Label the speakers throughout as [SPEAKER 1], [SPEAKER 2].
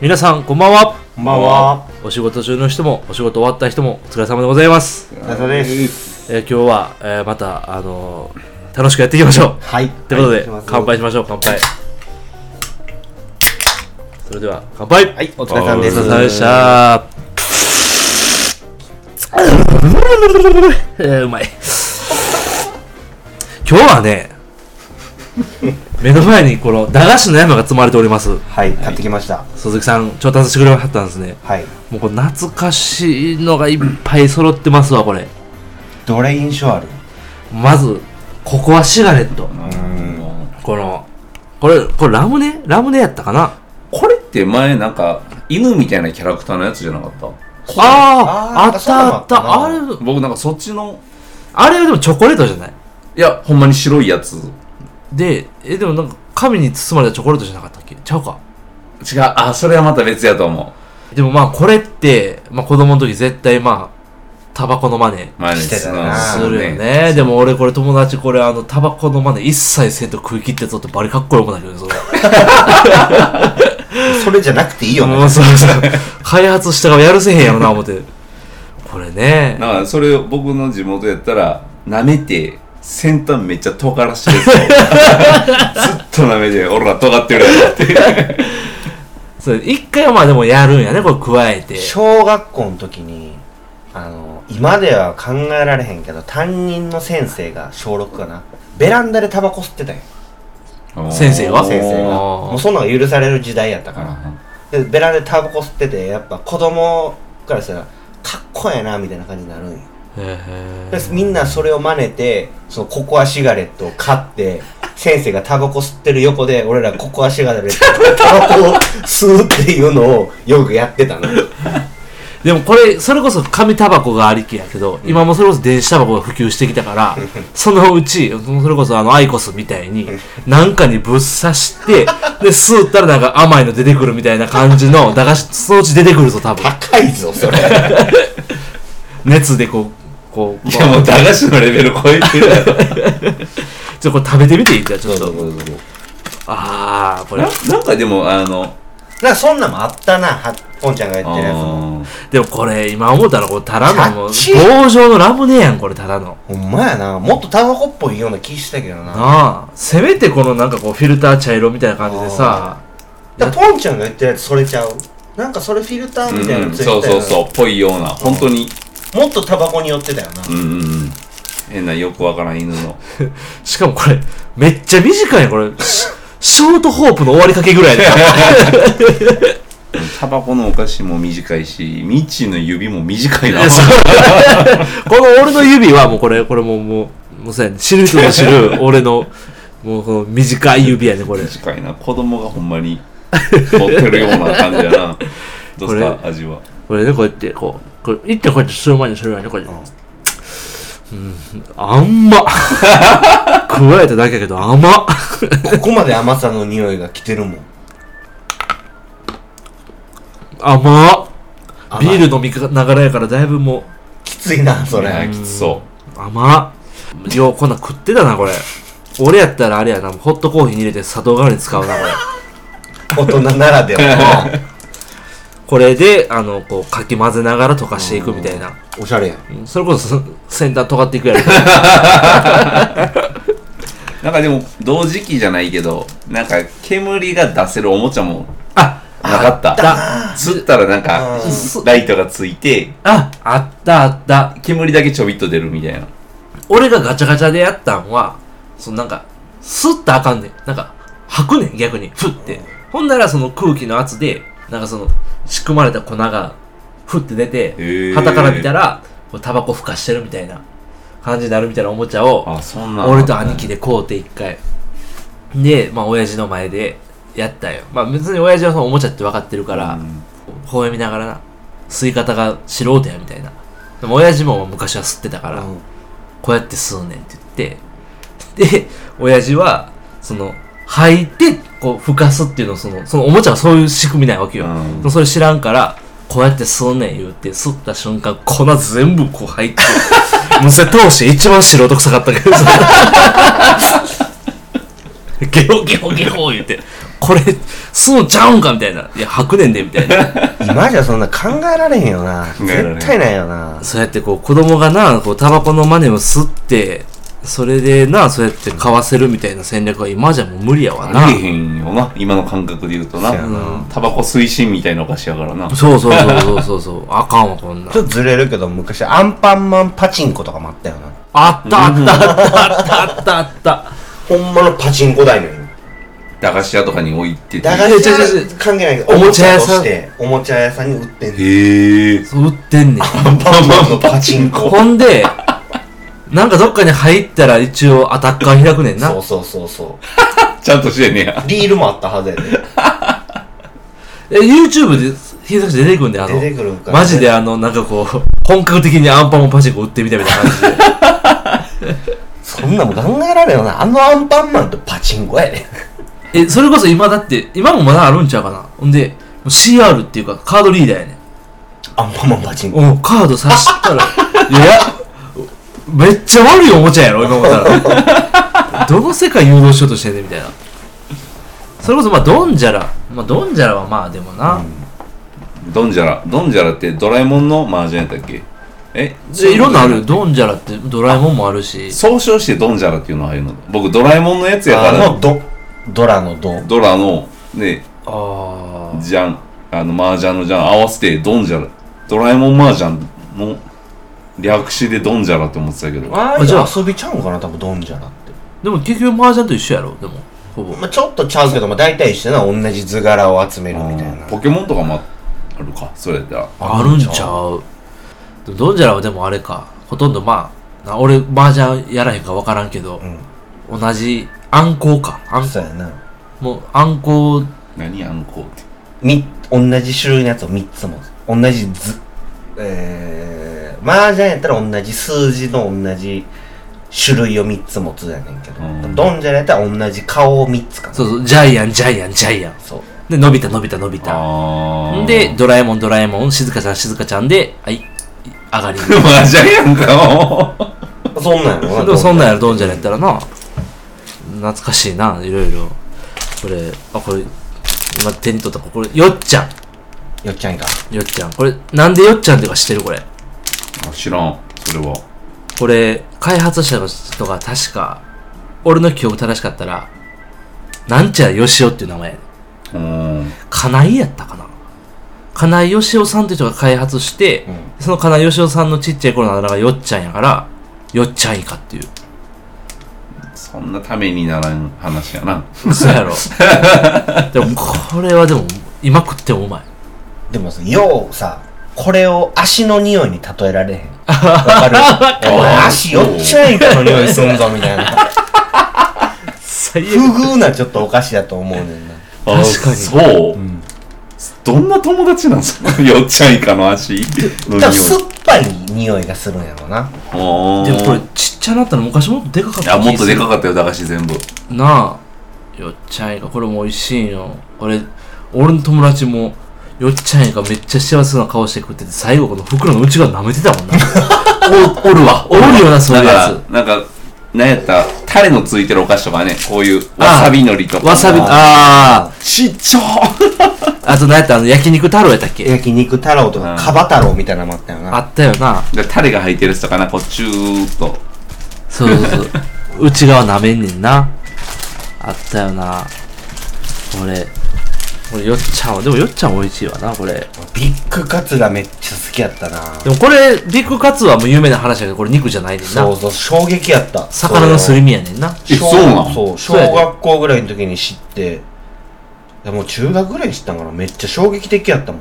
[SPEAKER 1] 皆さんこんばんは
[SPEAKER 2] こんばんは。
[SPEAKER 1] お仕事中の人もお仕事終わった人もお疲れ様でございます、
[SPEAKER 2] お疲れ様です。
[SPEAKER 1] えー今日は、えーまたあのー楽しくやっていきましょう
[SPEAKER 2] はい。
[SPEAKER 1] ということで、
[SPEAKER 2] はい
[SPEAKER 1] 乾杯。しましょう乾杯それでは乾杯
[SPEAKER 2] はい、お疲れ様です。
[SPEAKER 1] お疲れ様でしたえーうまい今日は ね目の前にこの駄菓子の山が積まれております
[SPEAKER 2] はい、買ってきました。
[SPEAKER 1] 鈴木さん調達してくれはったんですね
[SPEAKER 2] はい。
[SPEAKER 1] もうこれ懐かしいのがいっぱい揃ってますわこれ
[SPEAKER 2] どれ印象ある
[SPEAKER 1] まずここはシガレット
[SPEAKER 2] うん。
[SPEAKER 1] このこれこれラムネラムネやったかな
[SPEAKER 3] これって前なんか犬みたいなキャラクターのやつじゃなかった
[SPEAKER 1] あ
[SPEAKER 2] あー
[SPEAKER 1] あーあったあったあ
[SPEAKER 2] なんかそんな
[SPEAKER 1] れ
[SPEAKER 3] 僕なんかそっちの
[SPEAKER 1] あれはでもチョコレートじゃない
[SPEAKER 3] いやほんまに白いやつ違う
[SPEAKER 1] でえでもなんか紙に包まれたチョコレートじゃなかったっけちゃうか
[SPEAKER 3] あそれはまた別やと思
[SPEAKER 1] でもまあこれって、まあ、子供の時絶対まあタバコのマネ
[SPEAKER 3] う前に
[SPEAKER 2] してたな
[SPEAKER 1] するよねでも俺これ友達これあのタバコのマネ一切せんと食い切ってとってバリかっこよくないけどねそれ
[SPEAKER 2] それじゃなくていいよ
[SPEAKER 1] も
[SPEAKER 2] ね。
[SPEAKER 1] うそうそう。開発したからやるせへんやろな、思って。これね。
[SPEAKER 3] だからそれを僕の地元やったら舐めて先端めっちゃ尖らしてるぞずっ と舐めて俺ら尖ってるやろって
[SPEAKER 1] それ一回はまあでもやるんやね、これ加えて。
[SPEAKER 2] 小学校の時に、あの、今では考えられへんけど、担任の先生が小6かな。ベランダでタバコ吸ってたんよ。
[SPEAKER 1] 先生は
[SPEAKER 2] 先生が。
[SPEAKER 1] おー
[SPEAKER 2] もうそんなのが許される時代やった
[SPEAKER 3] う
[SPEAKER 2] から。
[SPEAKER 3] ん
[SPEAKER 2] で、ベランダでタバコ吸ってて、やっぱ子供からしたら、かっこええな、みたいな感じになるんよ。
[SPEAKER 1] へー
[SPEAKER 2] でみんなそれを真似てそのココアシガレットを買って先生がタバコ吸ってる横で俺らココアシガレットタバコを吸うっていうのをよくやってたの
[SPEAKER 1] でもこれ、それこそ紙タバコがありきやけど、今もそれこそ電子タバコが普及してきたから、そのうち、それこそあのアイコスみたいに、なんかにぶっ刺して、で、吸ったらなんか甘いの出てくるみたいな感じの駄菓子、そのうち出てくるぞ、多分。
[SPEAKER 2] 高いぞそれ
[SPEAKER 1] 熱でこう、こう、
[SPEAKER 3] いやもう駄菓子のレベル超えてる やろ
[SPEAKER 1] ちょっとこれ食べてみていいじゃあちょっ
[SPEAKER 3] そ
[SPEAKER 1] と
[SPEAKER 3] う。そうそう
[SPEAKER 1] ああ、これ
[SPEAKER 3] な。なんかでもあの
[SPEAKER 2] なんかそんなんもあったなはポンちゃんがやってるやつも
[SPEAKER 3] あー
[SPEAKER 1] でもこれ、今思ったら、これ、ただの、もう、
[SPEAKER 2] キャッチ
[SPEAKER 1] 棒状のラムネやん、これ、ただの。
[SPEAKER 2] ほんまやなもっとタバコっぽいような気してたけどな
[SPEAKER 1] なあ、せめてこのなんかこう、フィルター茶色みたいな感じでさ、
[SPEAKER 2] だからポンちゃんがやってるやつそれちゃうなんかそれフィルターみたいな
[SPEAKER 3] う
[SPEAKER 2] の
[SPEAKER 3] ん、
[SPEAKER 2] ついてた
[SPEAKER 3] そ
[SPEAKER 2] よ
[SPEAKER 3] う
[SPEAKER 2] な
[SPEAKER 3] そうそうぽいような本当に
[SPEAKER 2] もっとタバコに寄ってたよな、
[SPEAKER 3] うんうんうん変なよくわからん犬の
[SPEAKER 1] しかもこれ、めっちゃ短いねこれ。シショートホープの終わりかけぐらいで。
[SPEAKER 3] タバコのお菓子も短いしミッチーの指も短い
[SPEAKER 1] い
[SPEAKER 3] な
[SPEAKER 1] や そうこの俺の指はもうこれ、これもう、もう、もうそうやね。知る人ぞ知る、俺の、もうこの短い指やね、これ。
[SPEAKER 3] 短いな子供がほんまに持ってるような感じやなどうす
[SPEAKER 1] こ
[SPEAKER 3] か味は
[SPEAKER 1] これね、こうやって、こう、これ、一点こうやって吸う前にするよね、これ。うん、あんま。 加えただけやけど、甘っ。
[SPEAKER 2] ここまで甘さの匂いが来てるもん
[SPEAKER 1] 甘っ。
[SPEAKER 2] 甘い
[SPEAKER 1] ビール飲みながらやから、だいぶも、
[SPEAKER 2] きついなそれ
[SPEAKER 3] いやきつそう
[SPEAKER 1] 甘っ。よう、こんなん食ってたな、これ。俺やったらあれやな、ホットコーヒーに入れて砂糖代わりに使うな、これ。
[SPEAKER 2] 大人ならではの
[SPEAKER 1] これで、あの、こう、かき混ぜながら溶かしていくみたいな。
[SPEAKER 2] おしゃれやん
[SPEAKER 1] うんそれこそ、先端尖っていくやろ。
[SPEAKER 3] うなんかでも同時期じゃないけどなんか煙が出せるおもちゃも
[SPEAKER 1] あ
[SPEAKER 3] なかった
[SPEAKER 1] だ
[SPEAKER 3] 吸ったらなんか
[SPEAKER 2] うん
[SPEAKER 3] ライトがついて
[SPEAKER 1] あ、あったあった。
[SPEAKER 3] 煙だけちょびっと出るみたいな
[SPEAKER 1] 俺がガチャガチャでやったんは、そのなんか、スッとあかんねん。なんか、吐くねん、逆に。ふって。ほんならその空気の圧で、なんかその、仕組まれた粉が、ふって出て、
[SPEAKER 3] ー
[SPEAKER 1] 旗から見たら、こうタバコふかしてるみたいな感じになるみたいなおもちゃを、
[SPEAKER 3] あそんな
[SPEAKER 1] 俺と兄貴で買うて一回。で、まあ親父の前でやったよ。まあ別に親父はそのおもちゃって分かってるから、微笑みながらな、吸い方が素人やみたいな。でも親父も昔は吸ってたから、こうやって吸うねんって言って、で、親父は、その、吐いて、こう、ふかすっていうのを、その、そのおもちゃはそういう仕組みないわけよ。
[SPEAKER 3] うん
[SPEAKER 1] でもそれ知らんから、こうやって吸うねん言うて、吸った瞬間、粉全部こう入 って、もうそれ通して一番素人 臭かったけど、それゲホゲホゲホ言うて、これ、吸うんちゃうんかみたいな。いや、吐くねんで、みたいな。
[SPEAKER 2] 今じゃそんな考えられへんよな。
[SPEAKER 3] 考えられへん
[SPEAKER 2] 絶対ないよな。
[SPEAKER 1] そうやってこう、子供がな、こう、タバコの真似を吸って、それでな、そうやって買わせるみたいな戦略は今じゃもう無理やわな
[SPEAKER 3] あ。りえへんよな今の感覚で言うとな
[SPEAKER 2] せや
[SPEAKER 1] な
[SPEAKER 3] タバコ推進みたいなお菓子やからな
[SPEAKER 1] そうそうそうそうそうそう。あかんわ、こんなん
[SPEAKER 2] ち。ょっとずれるけど、昔アンパンマンパチンコとかもあったよな。
[SPEAKER 1] あったあったあったあったあったあっ
[SPEAKER 2] ほんまのパチンコ台のよ。
[SPEAKER 3] 駄菓子屋とかに置いてて
[SPEAKER 2] 駄菓子
[SPEAKER 1] いや違う違う
[SPEAKER 2] 屋
[SPEAKER 1] 違う
[SPEAKER 2] 関係ないけど、
[SPEAKER 1] お
[SPEAKER 2] お
[SPEAKER 1] も
[SPEAKER 2] も
[SPEAKER 1] ち
[SPEAKER 2] ち
[SPEAKER 1] ゃ
[SPEAKER 2] ゃ
[SPEAKER 1] 屋
[SPEAKER 2] 屋
[SPEAKER 1] さん
[SPEAKER 2] さん。おもちゃ屋さんに売ってんねん
[SPEAKER 3] へえ
[SPEAKER 1] た。売ってんねん。
[SPEAKER 2] アンパンマンのパチンコ。
[SPEAKER 1] ほんで、なんかどっかに入ったら一応アタッカー開くねんな。
[SPEAKER 2] そうそうそうそ
[SPEAKER 3] ちゃんとしてんねや
[SPEAKER 2] う。リールもあったはずやで。
[SPEAKER 1] え、YouTube で検索して出てくるんで、あの、
[SPEAKER 2] 出てくるからね
[SPEAKER 1] マジであの、なんかこう、本格的にアンパンもパチンコ売ってみたみたいな感 じで。
[SPEAKER 2] そんなもん考えられんよな。あのアンパンマンとパチンコやで。
[SPEAKER 1] え、それこそ今だって、今もまだあるんちゃうかな。ほんで、もう CR っていうかカードリーダーやねん。
[SPEAKER 2] アンパンマンパチンコ。
[SPEAKER 1] おカード刺したら、 いや、めっちゃ悪いおもちゃやろ、今思ったら。どの世界誘導しようとしてんねんみたいな。それこそ、まあ、ドンジャラ。まあ、ドンジャラはまあ、でもな。
[SPEAKER 3] ドンジャラドンジャラってドラえもんの麻雀やったっけえ
[SPEAKER 1] でいろんなある。ドンジャラってドラえもんもあるし。
[SPEAKER 3] 総称してドンジャラっていうのはああいうの僕ドラえもんのやつやか
[SPEAKER 2] あ
[SPEAKER 3] ら
[SPEAKER 2] のド、ドラのド。
[SPEAKER 3] ドラのね
[SPEAKER 1] あ
[SPEAKER 3] ジャンあの麻雀のジャン合わせてドンジャラドラえもん麻雀の略詞でドンジャラって思ってたけど
[SPEAKER 2] ああい
[SPEAKER 1] あじゃあ
[SPEAKER 2] う遊びちゃうんかな、多分ドンジャラって。
[SPEAKER 1] でも結局麻雀と一緒やろでもほぼ
[SPEAKER 2] まあ、ちょっとちゃうけど、まあ、大体一緒やな、同じ図柄を集めるみたいな。
[SPEAKER 3] ポケモンとかもああるかそれやったら
[SPEAKER 1] あるんちゃうでもドンジャラはでもあれかほとんどまあな俺麻雀やらへんか分からんけど
[SPEAKER 2] う、ん。
[SPEAKER 1] 同じ暗号か暗
[SPEAKER 2] そうやな。
[SPEAKER 1] もう暗号
[SPEAKER 3] 何あの子って
[SPEAKER 2] み、同じ種類のやつを3つも。同じ図。えー、麻雀やったら同じ数字の同じ種類を3つ持つやねんけど、
[SPEAKER 3] うん
[SPEAKER 2] ドンジャラやったら同じ顔を3つかな。
[SPEAKER 1] そうそうジャイアンジャイアンジャイアン
[SPEAKER 2] そう。
[SPEAKER 1] で伸びた伸びた伸びた
[SPEAKER 3] あー
[SPEAKER 1] でドラえもんドラえもん静香ちゃん静香ちゃんではい上 がり
[SPEAKER 3] 麻雀やんか もう
[SPEAKER 2] そんなんやろな
[SPEAKER 1] でもそんなんやろドンジャ
[SPEAKER 2] ラ
[SPEAKER 1] ラやったらな懐かしいないろいろこれあこれ今手に取ったここれよっちゃん
[SPEAKER 2] よっちゃんか。
[SPEAKER 1] よっちゃん。これ、なんでよっちゃんっていうか知ってるこれ。
[SPEAKER 3] あ知らんそれは
[SPEAKER 1] これ、開発者の人が確か、俺の記憶正しかったら、なんちゃらよしおっていう名前やね。
[SPEAKER 3] うーん
[SPEAKER 1] 金井やったかな金井よしおさんっていう人が開発して、
[SPEAKER 2] うん
[SPEAKER 1] その金井よしおさんのちっちゃい頃のあだ名がよっちゃんやから、よっちゃんいかっていう。
[SPEAKER 3] そんなためにならん話やな
[SPEAKER 1] 嘘や ろ。でも、これはでも、今食ってもうまい。
[SPEAKER 2] でもさ、ようさ、これを足の匂いに例えられへん。 わかるお前足よっちゃんいかの匂いすんぞ、みたいな。
[SPEAKER 1] 最
[SPEAKER 2] 不遇なちょっとお菓子だと思うねんな。
[SPEAKER 3] あ
[SPEAKER 1] 確かに
[SPEAKER 3] そう、
[SPEAKER 2] ん
[SPEAKER 3] どんな友達なんすか よっちゃんイカの足の
[SPEAKER 2] 多分
[SPEAKER 3] 匂
[SPEAKER 2] 酸
[SPEAKER 3] い
[SPEAKER 2] っぱい匂いがするんやろな。
[SPEAKER 3] おー
[SPEAKER 1] でもこれ、ちっちゃなったの昔もっとでかかっ
[SPEAKER 3] あ
[SPEAKER 1] た気
[SPEAKER 3] もっ
[SPEAKER 1] す
[SPEAKER 3] と
[SPEAKER 1] る
[SPEAKER 3] でかかったよ駄菓子全部
[SPEAKER 1] なあよっちゃんいかこれも美味しいよ俺俺の友達もよっちゃんいかめっちゃ幸せそうな顔して食ってて最後この袋の内側舐めてたもんなおおるわおるよなそういうや
[SPEAKER 3] なんかなんかなんやったタレのついてるお菓子とかねこういう
[SPEAKER 1] あー
[SPEAKER 3] わさびのりと
[SPEAKER 1] つ
[SPEAKER 3] か
[SPEAKER 1] わさびあ
[SPEAKER 3] ちっちゃ
[SPEAKER 1] ああと何やったあの焼肉太郎やったっけ
[SPEAKER 2] 焼肉太郎と
[SPEAKER 3] う
[SPEAKER 2] か
[SPEAKER 3] ん
[SPEAKER 2] カバ太郎みたいなのもあったよ
[SPEAKER 1] あ
[SPEAKER 2] な。
[SPEAKER 1] ったよな
[SPEAKER 3] でタレが入ってるやつとかなこうチューっと
[SPEAKER 1] そうそうそう内側舐めんねんなあったよな俺俺よっちゃんはでもよっちゃん美味しいわなこれ
[SPEAKER 2] ビッグカツがめっちゃ好きやったな。
[SPEAKER 1] でもこれビッグカツはもう有名な話だけどこれ肉じゃないねんな
[SPEAKER 2] そうそう、衝撃やった。
[SPEAKER 1] 魚のすり身やねんな。
[SPEAKER 3] え
[SPEAKER 2] 小
[SPEAKER 3] そうなん
[SPEAKER 2] そう、
[SPEAKER 1] そうやで
[SPEAKER 2] 小学校ぐらいの時に知って、いやもう中学ぐらいに知ったんかな、めっちゃ衝撃的やったもん。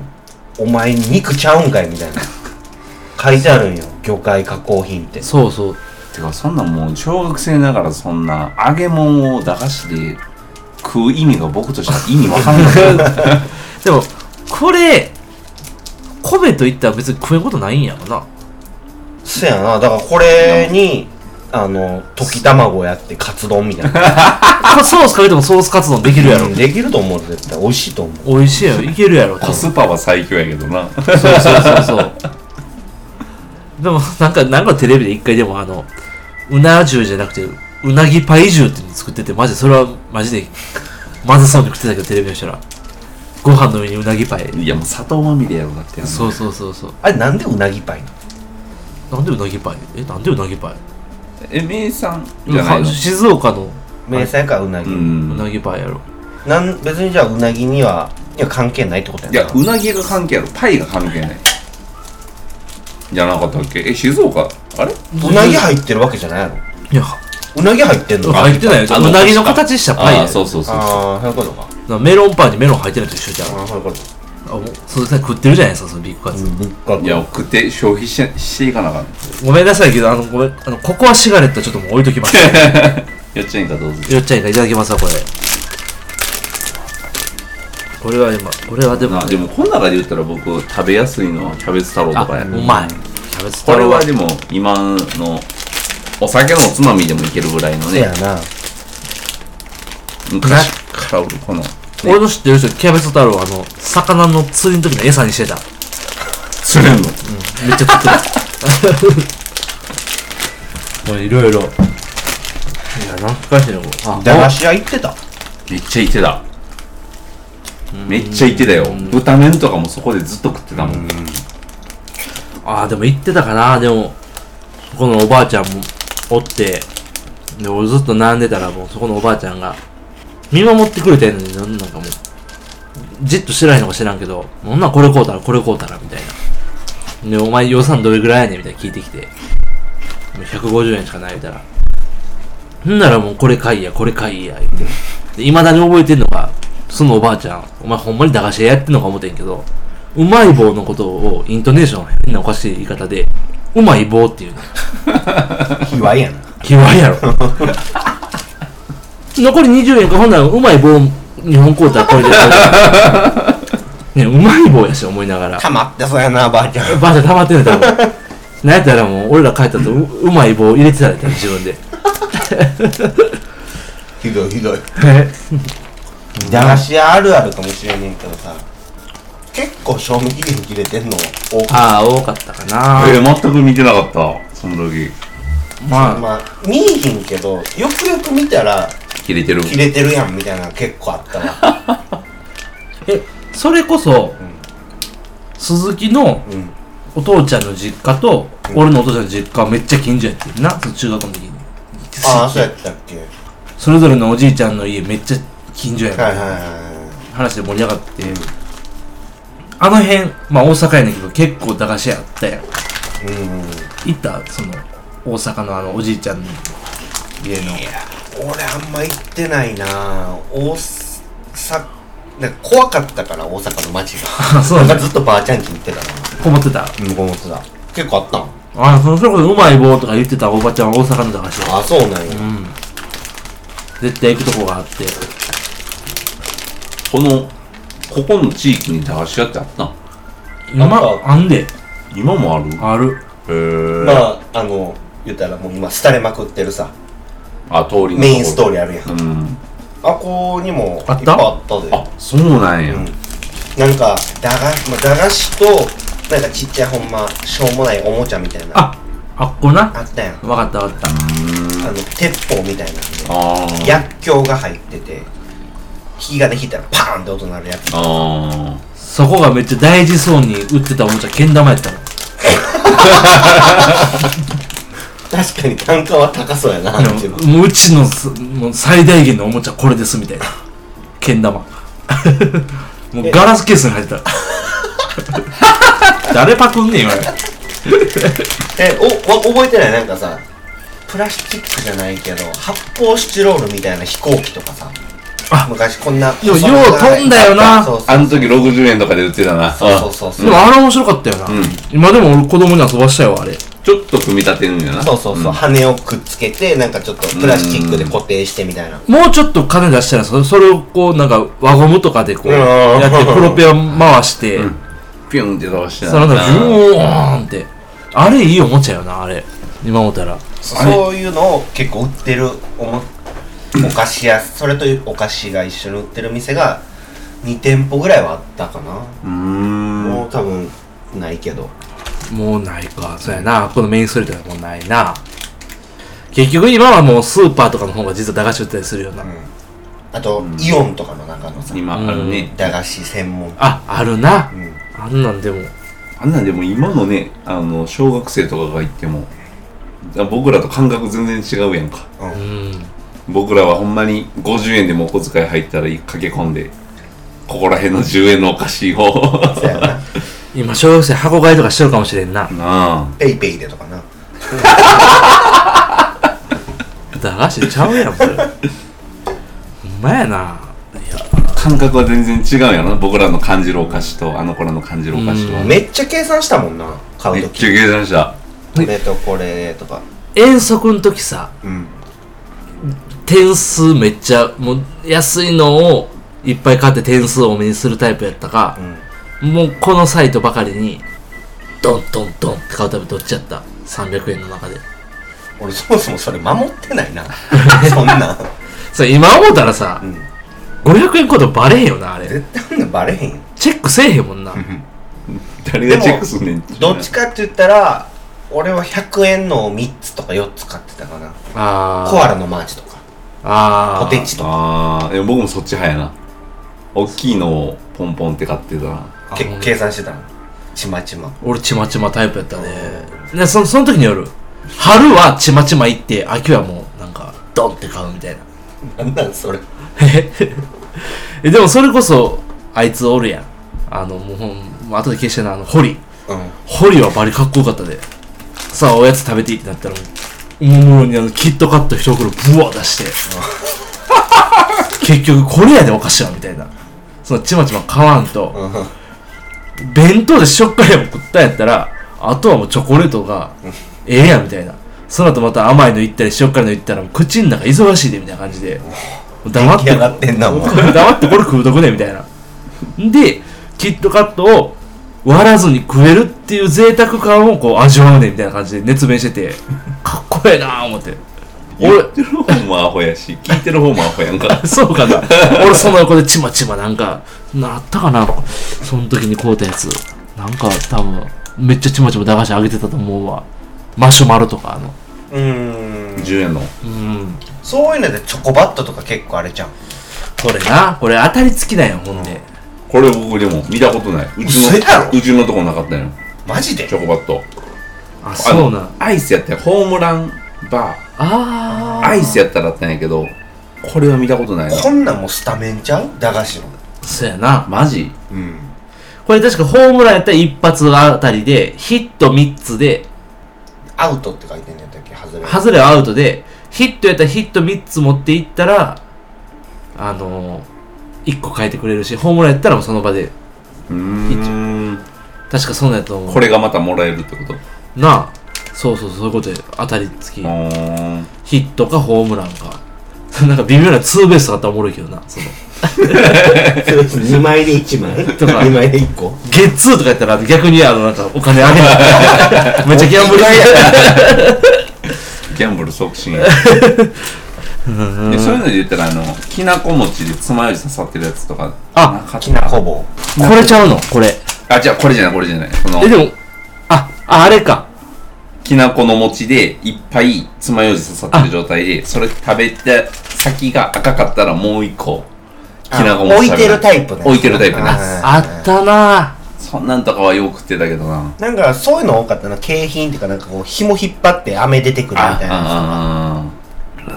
[SPEAKER 2] お前肉ちゃうんかいみたいな。 書いてあるんよ、魚介加工品って。
[SPEAKER 1] そうそう。
[SPEAKER 3] てかそんなんもう小学生ながらそんな揚げ物を駄菓子で食う意味が僕としては意味わかん ない
[SPEAKER 1] でも、これ、米といったら別に食えんことないんやろな。
[SPEAKER 2] そやな、だからこれに、あの、溶き卵やってカツ丼みたいな。
[SPEAKER 1] これソースかけてもソースカツ丼できるやろ
[SPEAKER 2] うん。できると思う、絶対。美味しいと思う。
[SPEAKER 1] 美味しいやろ。いけるやろ。 多
[SPEAKER 3] コ
[SPEAKER 1] 分
[SPEAKER 3] スパは最強やけどな
[SPEAKER 1] そうそうそうそう。でも、なんか、なんかテレビで一回でもあの、うな重じゃなくて、うなぎパイ重っていうの作ってて、マジ、それはマジで、まずそうに食ってたけどテレビの人らご飯の上にうなぎパイ
[SPEAKER 3] いやもう砂糖まみれやろだって
[SPEAKER 1] そううそうそうそう
[SPEAKER 2] あれなんでうなぎパイなの
[SPEAKER 1] なんでうなぎパイえなんでうなぎパイ
[SPEAKER 3] え名産じゃないの
[SPEAKER 1] 静岡の
[SPEAKER 2] 名産やからうなぎ、
[SPEAKER 3] うん
[SPEAKER 1] うなぎパイやろ、
[SPEAKER 2] なん別にじゃあうなぎにはいや関係ないってこと
[SPEAKER 3] い
[SPEAKER 2] や
[SPEAKER 3] や
[SPEAKER 2] な
[SPEAKER 3] うなぎが関係あるパイが関係ないじゃなかったっけえ静岡あれ
[SPEAKER 2] うなぎ入ってるわけじゃないやろ
[SPEAKER 1] いや
[SPEAKER 2] うなぎ入ってんの
[SPEAKER 1] あ入ってないよ
[SPEAKER 3] あ
[SPEAKER 1] うなぎの形したパイや
[SPEAKER 3] あーそうそうそう
[SPEAKER 2] ああそういうことか
[SPEAKER 1] なメロンパンにメロン入ってないと一緒じゃん
[SPEAKER 2] ああそういうこと
[SPEAKER 1] あもうそれさ食ってるじゃないですかそのビッグカツ、
[SPEAKER 2] ぶっか
[SPEAKER 3] いや送って消費ししていかなあかん
[SPEAKER 1] ごめんなさいけどあのごめんあのここはシガレットちょっともう置いときます
[SPEAKER 3] やっちゃいんかどう ぞ
[SPEAKER 1] よっちゃんがいただきますわこれこれは今これはでも、
[SPEAKER 3] な
[SPEAKER 1] ね、
[SPEAKER 3] でもこの中で言ったら僕食べやすいのはキャベツ太郎と
[SPEAKER 1] あ
[SPEAKER 3] かや
[SPEAKER 1] うまいキャベツ
[SPEAKER 3] こ
[SPEAKER 1] 太
[SPEAKER 3] れ
[SPEAKER 1] 郎
[SPEAKER 3] はでも今のお酒のおつまみでもいけるぐらいの
[SPEAKER 2] せや
[SPEAKER 3] ね
[SPEAKER 2] な
[SPEAKER 3] 昔から俺この
[SPEAKER 1] 俺の知ってる人キャベツ太郎はあの魚の釣りの時の餌にしてた
[SPEAKER 3] 釣れんの
[SPEAKER 1] めっちゃ食ってるもういろいろいや懐かしいなこれあ
[SPEAKER 2] 駄菓子屋行ってた
[SPEAKER 3] めっちゃいてためっちゃいてたよ豚麺とかもそこでずっと食ってたもん
[SPEAKER 1] ああでも行ってたかなでもそこのおばあちゃんもおってで俺ずっと並んでたらもうそこのおばあちゃんが見守ってくれてんのになんかもうじっとしてないのか知らんけど「女これこうたらこれこうたら」みたいな「でお前予算どれぐらいやねん」みたいな聞いてきて「もう150円しかない」みたいな「ほんならもうこれ買いやこれ買いや」言ってで未だに覚えてんのがそのおばあちゃんお前ほんまに駄菓子屋やってんのか思ってんけどうまい棒のことをイントネーション変なおかしい言い方でうまい棒っていうの
[SPEAKER 2] 卑猥やな
[SPEAKER 1] 決まりやろ 残り20円かほんならうまい棒日本コーターこれでねうまい棒やし思いながら
[SPEAKER 2] たまってそうやなばあちゃん
[SPEAKER 1] バージョン溜まってんねん多分なんやったらもう俺ら帰ったとううまい棒入れてたらやった自分で
[SPEAKER 2] ひどいひどい駄菓子屋あるあるかもしれねえけどさ結構賞味期限切れてんの多く
[SPEAKER 1] ああ多かったかな
[SPEAKER 3] えー全く見てなかったその時
[SPEAKER 1] まあ
[SPEAKER 2] まあ見えひんけどよくよく見たら
[SPEAKER 3] 切れてる
[SPEAKER 2] 切れてるやんみたいなの結構あったわ
[SPEAKER 1] えそれこそ、鈴木の
[SPEAKER 2] うん
[SPEAKER 1] お父ちゃんの実家と、
[SPEAKER 2] うん
[SPEAKER 1] 俺のお父ちゃんの実家はめっちゃ近所やってんなその中学校の時に
[SPEAKER 2] ああそうやったっけ
[SPEAKER 1] それぞれのおじいちゃんの家めっちゃ近所やか
[SPEAKER 2] はい
[SPEAKER 1] ら、
[SPEAKER 2] はいは
[SPEAKER 1] 話で盛り上がって、
[SPEAKER 2] うん
[SPEAKER 1] あの辺まあ大阪やねんけど結構駄菓子屋あったやん
[SPEAKER 2] いうん
[SPEAKER 1] 行ったその大阪のあのおじいちゃんの家の
[SPEAKER 2] いや俺あんま行ってないな大阪なんか怖かったから大阪の街 が
[SPEAKER 1] あそうなん
[SPEAKER 2] な
[SPEAKER 1] だ
[SPEAKER 2] んかずっとばあちゃんちに行ってたか
[SPEAKER 1] こもってた
[SPEAKER 2] ら向こうもつだ結構あったん
[SPEAKER 1] あそのそれこそうまい棒とか言ってたおばちゃんは大阪の駄菓子屋
[SPEAKER 2] あそうなんや、
[SPEAKER 1] うん絶対行くとこがあって
[SPEAKER 3] このここの地域に駄菓子屋ってあったん
[SPEAKER 2] なん
[SPEAKER 1] 今
[SPEAKER 2] か
[SPEAKER 1] あんで
[SPEAKER 3] 今もある
[SPEAKER 1] ある
[SPEAKER 3] へー
[SPEAKER 2] まああの言ったらもう今廃れまくってるさ
[SPEAKER 3] あ通りの
[SPEAKER 2] メインストー
[SPEAKER 3] リ
[SPEAKER 2] リーあるやん
[SPEAKER 3] ーうん
[SPEAKER 2] あこうにもいっ
[SPEAKER 1] あ
[SPEAKER 2] ぱ
[SPEAKER 1] っ
[SPEAKER 2] い
[SPEAKER 1] た
[SPEAKER 2] あったで
[SPEAKER 3] あそうなんや、
[SPEAKER 2] うんなんか駄菓,、まあ、駄菓子となんかちっちゃいほんましょうもないおもちゃみたいな
[SPEAKER 1] ああっこな
[SPEAKER 2] あったやんあ
[SPEAKER 1] わかったわかった
[SPEAKER 2] の鉄砲みたいなんで
[SPEAKER 3] あー
[SPEAKER 2] 薬莢が入ってて引き金引いたらパーンって音鳴るやつ
[SPEAKER 3] あ
[SPEAKER 1] そこがめっちゃ大事そうに売ってたおもちゃけん玉やったの
[SPEAKER 2] 確かに単価は高そうやな
[SPEAKER 1] あ
[SPEAKER 2] でも
[SPEAKER 1] のもううちのすもう最大限のおもちゃこれですみたいなけん玉 もうガラスケースに入ってた 誰パクんねん今
[SPEAKER 2] えおわ覚えてないなんかさプラスチックじゃないけど発泡スチロールみたいな飛行機とかさ
[SPEAKER 1] あ
[SPEAKER 2] 昔こんな
[SPEAKER 1] でもよ
[SPEAKER 2] 細
[SPEAKER 1] う
[SPEAKER 2] 長い
[SPEAKER 1] 飛んだよな
[SPEAKER 2] そうそう
[SPEAKER 3] あの時60円とかで売ってたな
[SPEAKER 2] そうそうそうそう
[SPEAKER 1] でもあれ面白かったよな、
[SPEAKER 3] うん
[SPEAKER 1] 今でも俺子供に遊ばしたよあれ
[SPEAKER 3] あちょっと組み立てるんやな
[SPEAKER 2] そうそうそう、
[SPEAKER 3] ん
[SPEAKER 2] 羽をくっつけてなんかちょっとプラスチックで固定してみたいな
[SPEAKER 1] もうちょっと金出したらそそれをこうなんか輪ゴムとかでこう
[SPEAKER 2] うん
[SPEAKER 1] やってプロペラ回して、
[SPEAKER 3] ピュンって倒して
[SPEAKER 1] その
[SPEAKER 3] な
[SPEAKER 1] 後ビューンってあれいいおもちゃよなあれ今思ったら
[SPEAKER 2] そうそういうのを結構売ってるおもお菓子屋それとお菓子が一緒に売ってる店が2店舗ぐらいはあったかな、
[SPEAKER 3] うーん
[SPEAKER 2] もう多分ないけど
[SPEAKER 1] もうないかそうやなこのメインストリートはもうないな結局今はもうスーパーとかの方が実は駄菓子売ったりするような、
[SPEAKER 2] んあと、
[SPEAKER 3] うん
[SPEAKER 2] イオンとかの中のさ
[SPEAKER 3] 今あるね、
[SPEAKER 2] 駄菓子専門店
[SPEAKER 1] ああるな
[SPEAKER 2] うん
[SPEAKER 1] あんなんでも
[SPEAKER 3] あんなんでも今のねあの小学生とかが行っても僕らと感覚全然違うやんか
[SPEAKER 1] うん
[SPEAKER 3] 僕らはほんまに50円でもお小遣い入ったら駆け込んでここら辺の10円のお菓子 を
[SPEAKER 2] そうやな
[SPEAKER 1] 今小学生箱買いとかしてるかもしれんな
[SPEAKER 3] なあ
[SPEAKER 2] ペイペイでとかな
[SPEAKER 1] 駄菓子ちゃうやん それほんまやな
[SPEAKER 3] 感覚は全然違うやろな僕らの感じるお菓子とあの頃の感じるお菓子
[SPEAKER 1] う
[SPEAKER 3] は
[SPEAKER 2] めっちゃ計算したもんな買
[SPEAKER 3] め
[SPEAKER 2] う
[SPEAKER 3] っ
[SPEAKER 2] と
[SPEAKER 3] ち
[SPEAKER 2] き
[SPEAKER 3] ゃ計算した
[SPEAKER 2] これとこれとか
[SPEAKER 1] 遠足の時さ
[SPEAKER 2] うん
[SPEAKER 1] 点数めっちゃもう安いのをいっぱい買って点数を多めにするタイプやったか
[SPEAKER 2] う、ん
[SPEAKER 1] もうこのサイトばかりにドンドンドンって買うためどっちやった300円の中で
[SPEAKER 2] 俺そもそもそれ守ってないな そんなん
[SPEAKER 1] それ今思ったらさ
[SPEAKER 2] うん
[SPEAKER 1] 500円ことバレへんよなあれ
[SPEAKER 2] 絶対あんなんバレへんよ
[SPEAKER 1] チェックせえへんもんな
[SPEAKER 3] 誰がチェックすんねんて
[SPEAKER 2] どっちかって言ったら俺は100円のを3つとか4つ買ってたかな
[SPEAKER 1] あー
[SPEAKER 2] コアラのマーチとか
[SPEAKER 1] あー
[SPEAKER 2] ポテチとか
[SPEAKER 3] ああでも僕もそっち派やな大きいのをポンポンって買ってたな
[SPEAKER 2] け
[SPEAKER 1] あ
[SPEAKER 2] 計算してたのちまちま
[SPEAKER 1] 俺ちまちまタイプやったねでそその時による春はちまちま行って秋はもうなんかドンって買うみたいな
[SPEAKER 2] なんなんそれ
[SPEAKER 1] えでもそれこそあいつおるやんあのもうほんもう後で消してなあのホリ
[SPEAKER 2] うん
[SPEAKER 1] ホリはバリかっこよかったでさあおやつ食べていいってなったらもうもうにあのキットカット一袋ブワー出して結局これやでお菓子はみたいなそのちまちま買わんと、
[SPEAKER 2] うん
[SPEAKER 1] 弁当で塩っ辛いもん食ったんやったらあとはもうチョコレートがええやんみたいなその後また甘いの行ったり塩っ辛いの行ったらもう口の中忙しいでみたいな感じでもう黙っ
[SPEAKER 2] 出来
[SPEAKER 1] て
[SPEAKER 2] 上がってんなもう
[SPEAKER 1] 黙ってこれ食うとくねみたいなでキットカットを割らずに食えるっていう贅沢感をこう味わうねみたいな感じで熱弁して てかっこええなぁ思って
[SPEAKER 3] 言ってる方もアホやし聞いてる方もアホやんか
[SPEAKER 1] そうかな俺その横でちまちまなんかなったかなその時に買うたやつなんか多分めっちゃちまちま駄菓子あげてたと思うわマシュマロとかあの
[SPEAKER 2] うーん
[SPEAKER 3] 10円の
[SPEAKER 1] うん
[SPEAKER 2] そういうのでチョコバットとか結構あれじゃん
[SPEAKER 1] これなこれ当たり付きだよほんで
[SPEAKER 3] これ僕でも見たことないうち
[SPEAKER 2] 嘘やろ
[SPEAKER 3] のうちのとこなかったよ
[SPEAKER 2] マジで
[SPEAKER 3] チョコバット
[SPEAKER 1] あそうな
[SPEAKER 3] あのアイスやったよホームランバー
[SPEAKER 1] あー
[SPEAKER 3] アイスやったらあったんやけどこれは見たことないな
[SPEAKER 2] こんなんもうスタメンちゃう駄菓子の
[SPEAKER 1] そうやな
[SPEAKER 3] マジ
[SPEAKER 2] うん
[SPEAKER 1] これ確かホームランやったら一発あたりでヒット3つで
[SPEAKER 2] アウトって書いてんのやったっけ外れ
[SPEAKER 1] ハズレはアウトでヒットやったらヒット3つ持っていったらあの1個変えてくれるしホームランやったらもうその場で
[SPEAKER 3] うーん
[SPEAKER 1] 確かそうなんやと思う
[SPEAKER 3] これがまたもらえるってこと
[SPEAKER 1] なあそうそうそういうことや当たり付き
[SPEAKER 3] うーん
[SPEAKER 1] ヒットかホームランか なんか微妙なツーベースとかあったらおもろいけどなその
[SPEAKER 2] 2枚で1枚
[SPEAKER 1] とか
[SPEAKER 2] 2枚で1個
[SPEAKER 1] ゲッツーとかやったら逆にあのなんかお金あげ ないめっちゃギャンブル
[SPEAKER 3] ギャンブル促進でそういうので言ったらあのきなこ餅でつまようじ刺さってるやつとか
[SPEAKER 1] あ
[SPEAKER 3] なかっ
[SPEAKER 2] きな
[SPEAKER 3] た
[SPEAKER 2] こ棒
[SPEAKER 1] これちゃうのこれ
[SPEAKER 3] あじゃあこれじゃないこれじゃないその
[SPEAKER 1] えでもあああれか
[SPEAKER 3] きなこの餅でいっぱいつまようじ刺さってる状態でそれ食べて先が赤かったらもう一個きなこ餅
[SPEAKER 2] 置いてるタイプ
[SPEAKER 3] ね
[SPEAKER 2] ね
[SPEAKER 3] 置いてるタイプね
[SPEAKER 2] あ
[SPEAKER 1] あったな
[SPEAKER 3] そんなんとかはよく食ってたけどな
[SPEAKER 2] なんかそういうの多かったな景品っていうかなんかこう紐引っ張って飴出てくるみたいな
[SPEAKER 3] あ
[SPEAKER 1] あ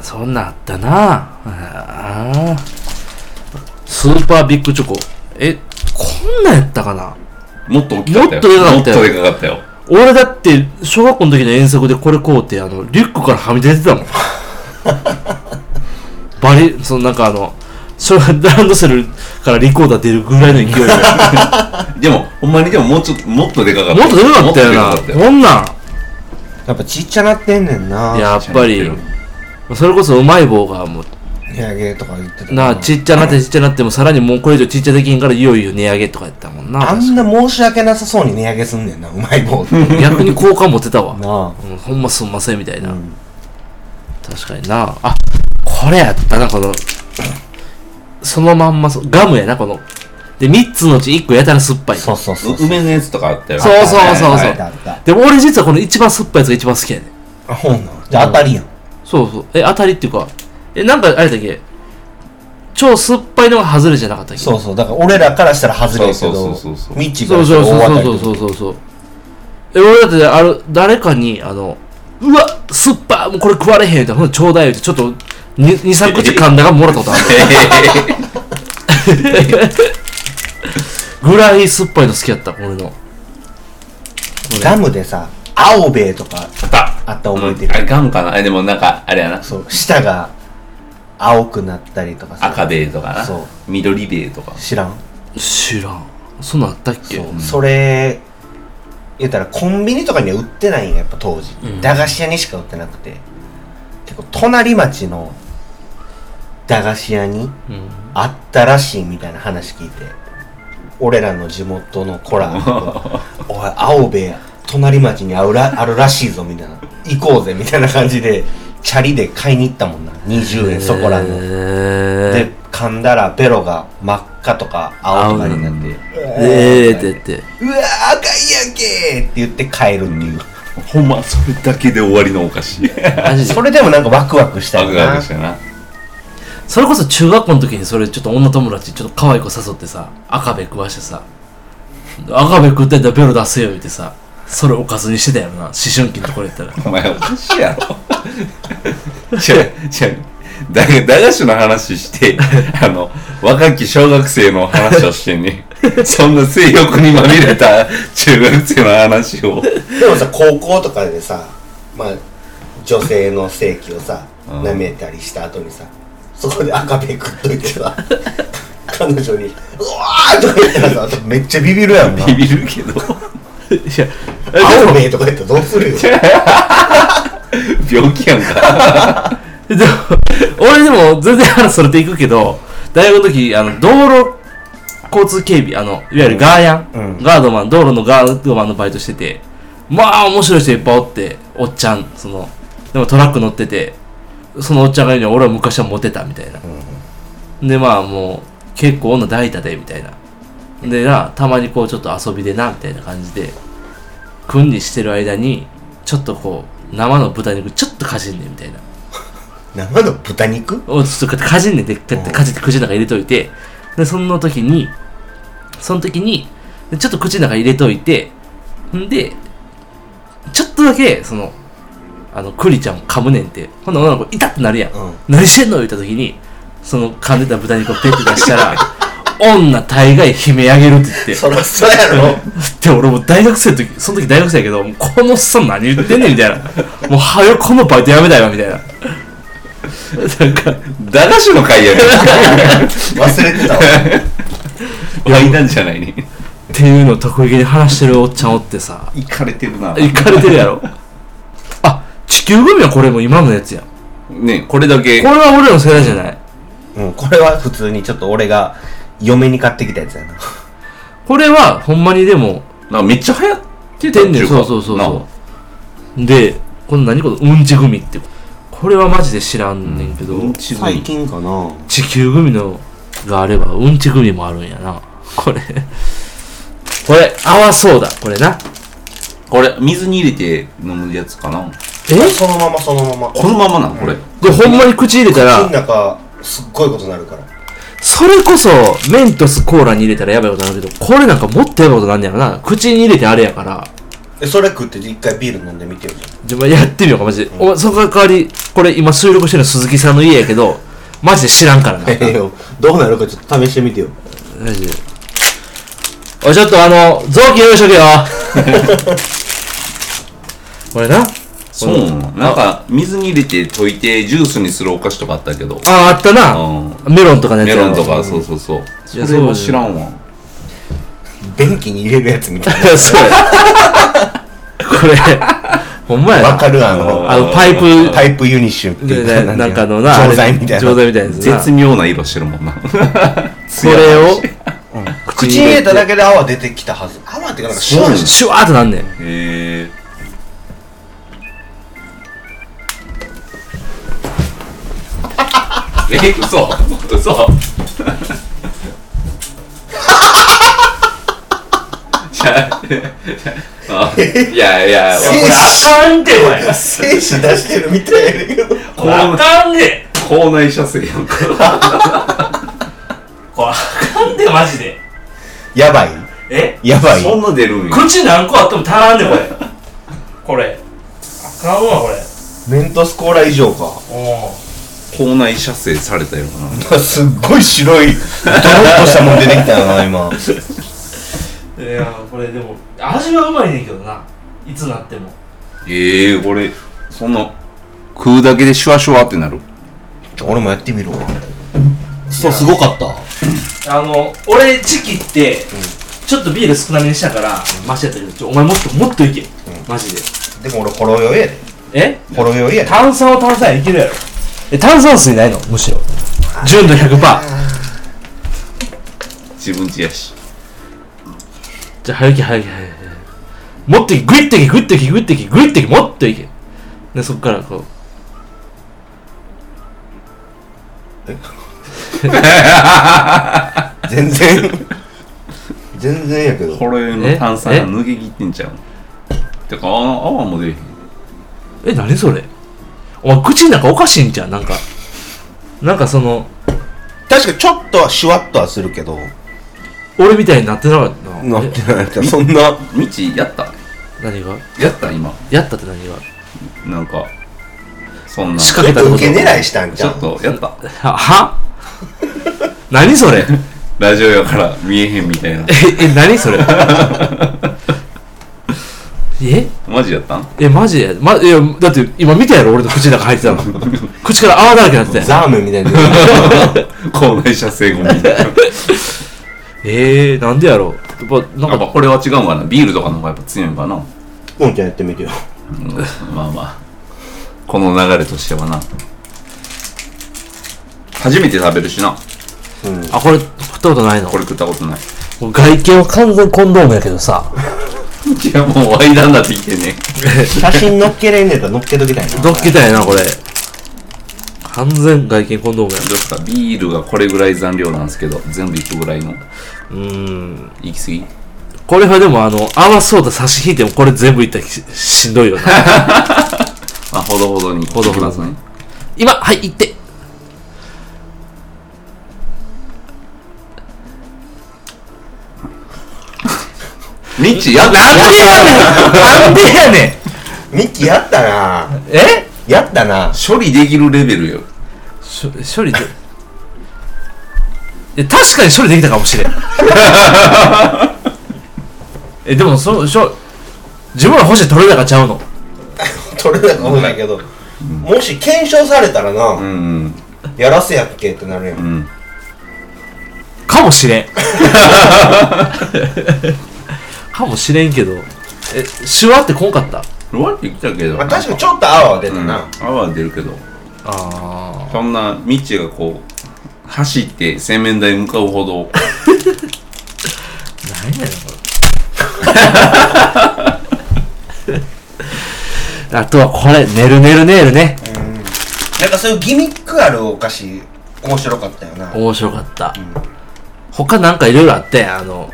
[SPEAKER 1] そんなんあったなああスーパービッグチョコえこんなんやったかな
[SPEAKER 3] あもっと大きかったよ
[SPEAKER 1] もっとでかかったよ
[SPEAKER 3] もっとでかかったよ
[SPEAKER 1] 俺だって小学校の時の遠足でこれこうってあのリュックからはみ出て たもんバリそのなんかあの小ランドセルからリコーダー出るぐらいの勢いで も
[SPEAKER 3] でもほんまにでももうちょっともっとでかかった
[SPEAKER 1] っと出なかったよ
[SPEAKER 3] もっとでか
[SPEAKER 1] な
[SPEAKER 3] かっ
[SPEAKER 1] こんなん
[SPEAKER 2] やっぱちっちゃなってんねんな
[SPEAKER 1] やっぱり
[SPEAKER 3] ちっちゃなって
[SPEAKER 1] それこそうまい棒がも
[SPEAKER 2] 値上げとか言ってた
[SPEAKER 1] うなあちっちゃなってちっちゃなってもさらにもうこれ以上ちっちゃできんからいよいよ値上げとかやったもんな
[SPEAKER 2] あんな申し訳なさそうに値上げすんねんなうまい棒ってな
[SPEAKER 1] 逆に好感持てたわ
[SPEAKER 2] あ
[SPEAKER 1] うんほんますんませんみたいな、
[SPEAKER 2] ん
[SPEAKER 1] 確かになあこれやったなこのそのまんまそガムやなこので3つのうち1個やたら酸っぱい
[SPEAKER 2] そうそうそう
[SPEAKER 3] う梅のやつとかあったよ
[SPEAKER 1] そうそうそうそう
[SPEAKER 2] あったあったあっ
[SPEAKER 1] でも俺実はこの一番酸っぱいやつが一番好きやねん
[SPEAKER 2] たあほんなんじゃあ当たりやん
[SPEAKER 1] そうそうえ当たりっていうかえなんかあれだっけ超酸っぱいのが外れじゃなかったっけ
[SPEAKER 2] そうそうだから俺らからしたら外れやけど
[SPEAKER 3] そう
[SPEAKER 2] ミ
[SPEAKER 3] そうそうそうそう
[SPEAKER 2] ッチーか
[SPEAKER 1] そう
[SPEAKER 2] らした
[SPEAKER 1] そ
[SPEAKER 2] ら
[SPEAKER 1] うそうそ
[SPEAKER 2] 大
[SPEAKER 1] う
[SPEAKER 2] 当
[SPEAKER 1] そうそう
[SPEAKER 2] たり
[SPEAKER 1] そうそうえ俺だってある誰かにあのうわ酸っぱもうこれ食われへんってほんとちょうだいってちょっと23口噛んだがもらったことあ るぐらい酸っぱいの好きやった俺の
[SPEAKER 2] ガムでさ青べえとか
[SPEAKER 3] あった
[SPEAKER 2] あった覚えて
[SPEAKER 3] うん
[SPEAKER 2] る、
[SPEAKER 3] あガムかなえでもなんかあれやな
[SPEAKER 2] そう舌が青くなったりとかさ
[SPEAKER 3] 赤べえとかな
[SPEAKER 2] そう
[SPEAKER 3] 緑べえとか
[SPEAKER 2] 知らん
[SPEAKER 1] 知らんそんなんあったっけ
[SPEAKER 2] そう、それ言ったらコンビニとかには売ってないんややっぱ当時、
[SPEAKER 1] うん
[SPEAKER 2] 駄菓子屋にしか売ってなくて結構隣町の駄菓子屋に
[SPEAKER 1] うん
[SPEAKER 2] あったらしいみたいな話聞いて俺らの地元の子ら 「おい青べえ隣町にあうらあるらしいぞ」みたいな「行こうぜ」みたいな感じでチャリで買いに行ったもんな20円そこらの。
[SPEAKER 1] え
[SPEAKER 2] で噛んだらベロが真っ赤とか青とかになって
[SPEAKER 1] ー、えー、って言 って
[SPEAKER 2] うわー赤いやんけーって言って帰るっていう、
[SPEAKER 3] ほんまそれだけで終わりのお菓子
[SPEAKER 1] マジで
[SPEAKER 2] それでもなんかワクワクした
[SPEAKER 3] ワ
[SPEAKER 2] よ
[SPEAKER 3] ク
[SPEAKER 2] な
[SPEAKER 3] ワクしたな
[SPEAKER 1] それこそ中学校の時にそれちょっと女友達ちょっと可愛い子誘ってさ赤べ食わしてさ赤べ食ってたらベロ出せよ言ってさそれおかずにしてたよな思春期のところやったら
[SPEAKER 3] お前おかしいやろ違う違うだ駄菓子の話してあの若き小学生の話をしてんねそんな性欲にまみれた中学生の話を
[SPEAKER 2] でもさ高校とかでさまあ女性の性器をさ
[SPEAKER 3] うん
[SPEAKER 2] 舐めたりした後にさそこで赤ペン食っといてさ 彼女に「うわー!」とか言ったらさめっちゃビビるやんな
[SPEAKER 3] ビビるけど
[SPEAKER 1] いや
[SPEAKER 2] 青ねーとか言ったらどうするよ
[SPEAKER 3] 病気やんか
[SPEAKER 1] でも俺でも全然話それていくけど大学の時あの道路交通警備あのいわゆるガーヤン、
[SPEAKER 2] うん
[SPEAKER 1] ガードマン道路のガードマンのバイトしててまあ面白い人いっぱいおっておっちゃんそのでもトラック乗っててそのおっちゃんが言うには俺は昔はモテたみたいな、でまあもう結構女抱いたでみたいなでなたまにこうちょっと遊びでなみたいな感じで君にしてる間にちょっとこう生の豚肉ちょっとかじんでみたいな
[SPEAKER 2] 生の豚肉
[SPEAKER 1] をちょっとかじんででっかってかじって口の中入れといてでその時にその時にでちょっと口の中入れといてんでちょっとだけそのあの栗ちゃんを噛むねんってほんなら女の子痛ってなるやん、
[SPEAKER 2] うん
[SPEAKER 1] 何してんの言った時にその噛んでた豚肉をペッて出したら 女大概悲鳴あげるって言って
[SPEAKER 2] そらそうやろ
[SPEAKER 1] で俺もう大学生の時その時大学生やけどもうこのおっさん何言ってんねんみたいなもうはよこのバイトやめたいわみたいななんか
[SPEAKER 3] 駄菓子の会やね
[SPEAKER 2] 忘れてたわ
[SPEAKER 3] ん会なんじゃないね
[SPEAKER 1] っていうのを得意げに話してるおっちゃんおってさ
[SPEAKER 3] 行かれてるな
[SPEAKER 1] 行かれてるやろあ地球グミはこれも今のやつやんこ
[SPEAKER 3] ねこれだけ
[SPEAKER 1] れは俺らの世代じゃない
[SPEAKER 2] うんこれは普通にちょっと俺が嫁に買ってきたやつやな
[SPEAKER 1] これはほんまにでも
[SPEAKER 3] なんかめっちゃ流行ってた
[SPEAKER 1] て
[SPEAKER 3] っ
[SPEAKER 1] ん
[SPEAKER 3] て
[SPEAKER 1] ね
[SPEAKER 3] い
[SPEAKER 1] ん
[SPEAKER 3] う
[SPEAKER 1] そ
[SPEAKER 3] か
[SPEAKER 1] うそうそう
[SPEAKER 3] な
[SPEAKER 1] そうでこの何このうんちグミってこれはマジで知らんねんけど、
[SPEAKER 3] うんち
[SPEAKER 2] 最近かな
[SPEAKER 1] 地球グミのがあればうんちグミもあるんやなこれこれ泡そうだこれな
[SPEAKER 3] これ水に入れて飲むやつかな
[SPEAKER 1] え
[SPEAKER 2] そのままそのまま
[SPEAKER 3] このままなんこれ
[SPEAKER 1] でほんまに口入れた
[SPEAKER 2] 口
[SPEAKER 1] ら
[SPEAKER 2] の中すっごいことになるから
[SPEAKER 1] それこそメントスコーラに入れたらやばいことになるけどこれなんかもっとやばいことなんねやろな口に入れてあれやから
[SPEAKER 2] えそれ食って一回ビール飲んでみてよじゃ
[SPEAKER 1] じゃあやってみようかマジで、おその代わりこれ今収録してるの鈴木さんの家やけどマジで知らんからな
[SPEAKER 2] ええよどうなるかちょっと試してみてよ
[SPEAKER 1] マジでおいちょっとあの臓器用意しとけよ これな
[SPEAKER 3] そうなのなんか水に入れて溶いてジュースにするお菓子とかあったけど
[SPEAKER 1] ああったなメロンとかのやつや
[SPEAKER 3] メ
[SPEAKER 1] ろ
[SPEAKER 3] ロンとかそうそうそうそ
[SPEAKER 1] や
[SPEAKER 3] れも知らんわ
[SPEAKER 2] 便器に入れるやつみたい
[SPEAKER 1] そうやこれほんまや
[SPEAKER 2] なわか
[SPEAKER 1] な
[SPEAKER 2] るあの
[SPEAKER 1] あのパイプ
[SPEAKER 2] パイプユニッシュっていう
[SPEAKER 1] ねねなんかのな
[SPEAKER 2] 錠剤みたいな
[SPEAKER 1] 錠剤みたいなやつな
[SPEAKER 3] 絶妙な色してるもんな
[SPEAKER 1] これを
[SPEAKER 2] 口に入れただけで泡出てきたはず泡ってかなんかシュワ
[SPEAKER 3] そう
[SPEAKER 2] ン
[SPEAKER 1] シュワーってなんねん
[SPEAKER 3] へえ え嘘嘘じゃああいやいや
[SPEAKER 2] え
[SPEAKER 1] かんでおい
[SPEAKER 2] 精子出してるみたいやけど
[SPEAKER 1] かんで
[SPEAKER 3] 校内射精やんか
[SPEAKER 1] これあかんでマジで
[SPEAKER 2] やばい
[SPEAKER 1] え
[SPEAKER 2] やばい
[SPEAKER 3] そんな出るんや。
[SPEAKER 1] 口何個あっても足らんでこれこれあかんわこれ
[SPEAKER 2] メントスコーラ以上か。
[SPEAKER 1] お
[SPEAKER 3] 校内射精されたよな。
[SPEAKER 2] すっごい白い、ドロッとしたもん出てきたよな、今。
[SPEAKER 1] んいやこれでも味はうまいねんけどないつなっても
[SPEAKER 3] ええこれ、そんな、食うだけでシュワシュワってなる。
[SPEAKER 2] ちょ俺もやってみるわ。そう、すごかった。
[SPEAKER 1] あの俺チキって、ちょっとビール少なめにしたから、マシやったけどちょお前もっともっといけ、マジで
[SPEAKER 2] でも俺、ほろ酔いやで。
[SPEAKER 1] え
[SPEAKER 2] ほろ酔いやで。
[SPEAKER 1] 炭酸は炭酸やいけるやろえ炭酸水ないのむしろ純度100%
[SPEAKER 3] 自分ちやし。
[SPEAKER 1] じゃあ早き早き早き早きもっといけグイッといけグイッといけグイッといけグイッといけもっといけでそっからこう
[SPEAKER 2] 全然。全然やけど。
[SPEAKER 3] これの炭酸が抜け切ってんちゃうてか、あ泡も出えへん。
[SPEAKER 1] え何それお前口の中おかしいんじゃんなんかなんかその
[SPEAKER 2] 確かにちょっとはシュワッとはするけど。
[SPEAKER 1] 俺みたいになってなかったな
[SPEAKER 2] なっ
[SPEAKER 1] え
[SPEAKER 2] てないか。そんな。
[SPEAKER 3] みち、やった
[SPEAKER 1] 何が
[SPEAKER 3] やった今。
[SPEAKER 1] やったって何が
[SPEAKER 3] なんか、そんな。
[SPEAKER 1] 仕
[SPEAKER 3] ち
[SPEAKER 1] 掛けたってこと
[SPEAKER 2] 受け狙いしたんちゃ
[SPEAKER 3] ょ
[SPEAKER 2] う
[SPEAKER 3] っと、やった。
[SPEAKER 1] はは何それ
[SPEAKER 3] ラジオやから見えへんみたいな。
[SPEAKER 1] え、え、何それえ
[SPEAKER 3] マジや ったん
[SPEAKER 1] え、マジで、ま、いや、だって今見たやろ俺の口の中入ってたの口から泡だらけになってたやん
[SPEAKER 2] ザーメンみたいな。
[SPEAKER 3] 校内射精 後みたいな。やっ
[SPEAKER 1] えー、なんでやろうやっぱ、なんか、
[SPEAKER 3] ぱこれは違うんかな。ビールとかの方がやっぱ強いんかな。う
[SPEAKER 2] うんちゃんやってみてよ。
[SPEAKER 3] ん、まあまあ。この流れとしてはな。初めて食べるしな。
[SPEAKER 2] うん。
[SPEAKER 1] あ、これ、食ったことないの
[SPEAKER 3] これ食ったことない。
[SPEAKER 1] 外見は完全コンドームやけどさ、
[SPEAKER 3] いや、もうワイダンだって言ってね。
[SPEAKER 2] 写真載っけれんねやったら載っけときたいな。
[SPEAKER 1] どっけたいな、これ。完全外見コンドームや。
[SPEAKER 3] どうですかビールがこれぐらい残量なんですけど、全部いくぐらいの。
[SPEAKER 1] うーん。
[SPEAKER 3] 行き過ぎ
[SPEAKER 1] これはでもあの、泡ソーダ差し引いてもこれ全部いったらししんどいよな。
[SPEAKER 3] まあ、ほどほどに。
[SPEAKER 1] ほどほど
[SPEAKER 3] いきますね。
[SPEAKER 1] 今、はい、行って。
[SPEAKER 3] ミッチ、やった
[SPEAKER 1] なんでやねんなんでやねん
[SPEAKER 2] ミッキーやったな
[SPEAKER 1] え
[SPEAKER 2] やったな
[SPEAKER 3] 処理できるレベルよ。
[SPEAKER 1] しょ処理でえ確かに処理できたかもし れんえでもそうしょ自分ら欲しい取れたかちゃうの
[SPEAKER 2] 取れたかもないけど、もし検証されたらな、
[SPEAKER 3] うん
[SPEAKER 2] やらせやっけってなるやん、
[SPEAKER 3] うん。うん。
[SPEAKER 1] かもしれんかもしれんけどえシュワってこんかった
[SPEAKER 3] ロワってきたけど。
[SPEAKER 2] まあ、確かにちょっと泡は出た
[SPEAKER 3] うん、
[SPEAKER 2] な、
[SPEAKER 3] 泡は出るけど。
[SPEAKER 1] あ
[SPEAKER 3] そんな、ミッチがこう、走って洗面台向かうほど、
[SPEAKER 1] 何やねんこれ あとはこれねるねるねるね
[SPEAKER 2] なんかそういうギミックあるお菓子面白かったよな
[SPEAKER 1] 面白かった、他なんかいろいろあったやんあの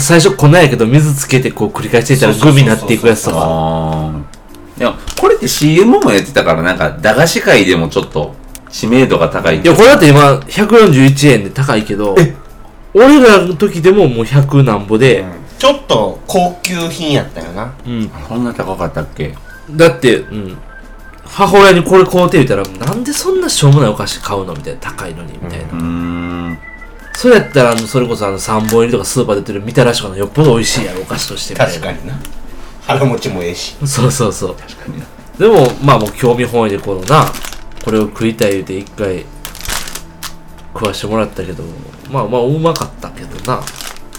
[SPEAKER 1] 最初粉やけど水つけてこう繰り返していったら
[SPEAKER 2] そうそう
[SPEAKER 1] グ
[SPEAKER 2] そうそう
[SPEAKER 1] ミになっていくやつとか
[SPEAKER 3] ああ。いや、これって CM もやってたから、なんか、駄菓子界でもちょっと、知名度が高い。
[SPEAKER 1] いやこれだって今141円で高いけど俺らの時でももう100なんぼで、
[SPEAKER 2] ちょっと高級品やったよな
[SPEAKER 1] うん
[SPEAKER 3] こんな高かったっけ
[SPEAKER 1] だって、うん、母親にこれ買うて言ったらなんでそんなしょうもないお菓子買うのみたいな高いのにみたいな、
[SPEAKER 3] うーん。
[SPEAKER 1] それやったらあのそれこそあの3本入りとかスーパーで売ってるみたらしとかのよっぽど美味しいやろお菓子としてみたいな
[SPEAKER 2] 確かにな腹持ちもええし
[SPEAKER 1] そうそうそう
[SPEAKER 3] 確かにな。
[SPEAKER 1] でも、まあもう興味本位でこのな、これを食いたい言うて一回食わしてもらったけど、まあまあうまかったけどな。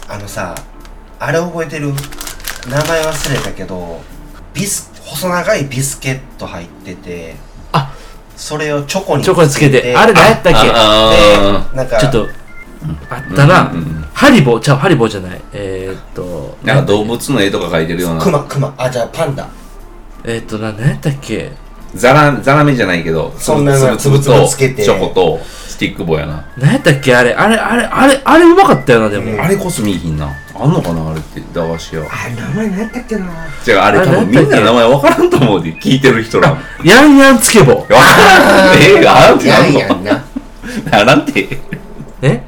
[SPEAKER 2] あのさあれ覚えてる名前忘れたけどビス細長いビスケット入ってて
[SPEAKER 1] あ
[SPEAKER 2] それをチョコに
[SPEAKER 1] チョコにつけて、あれ何やったっけ
[SPEAKER 3] あ
[SPEAKER 2] なんか
[SPEAKER 1] ちょっと、あったな。
[SPEAKER 3] うんうんうん
[SPEAKER 1] ハリボー、ちゃう、ハリボーじゃない。えー、っと、
[SPEAKER 3] あ。なんか動物の絵とか描いてるような
[SPEAKER 2] ク。マクマあじゃあパンダ
[SPEAKER 1] えー、っとな、何やったっけ
[SPEAKER 3] ザラ、ザラメじゃないけど、
[SPEAKER 2] そんなの
[SPEAKER 3] つぶつぶ
[SPEAKER 2] つぶつぶ
[SPEAKER 3] と、
[SPEAKER 2] つけて
[SPEAKER 3] チョコと、スティック棒やな。
[SPEAKER 1] 何やったっけあれ、あれ、あれ、あれ、あれうまかったよな、でも。
[SPEAKER 3] あれこそ見えひんな。あんのかなあれって、駄菓子屋。
[SPEAKER 2] あれ名前何やったっけな
[SPEAKER 3] 違う、あれ多分みんな名前わからんと思うで、聞いてる人 らも。
[SPEAKER 1] ヤンヤンつけ棒。
[SPEAKER 3] わからんえあらんって
[SPEAKER 2] や
[SPEAKER 3] なん
[SPEAKER 2] ん
[SPEAKER 3] の
[SPEAKER 2] やんな
[SPEAKER 3] あらんって。
[SPEAKER 1] え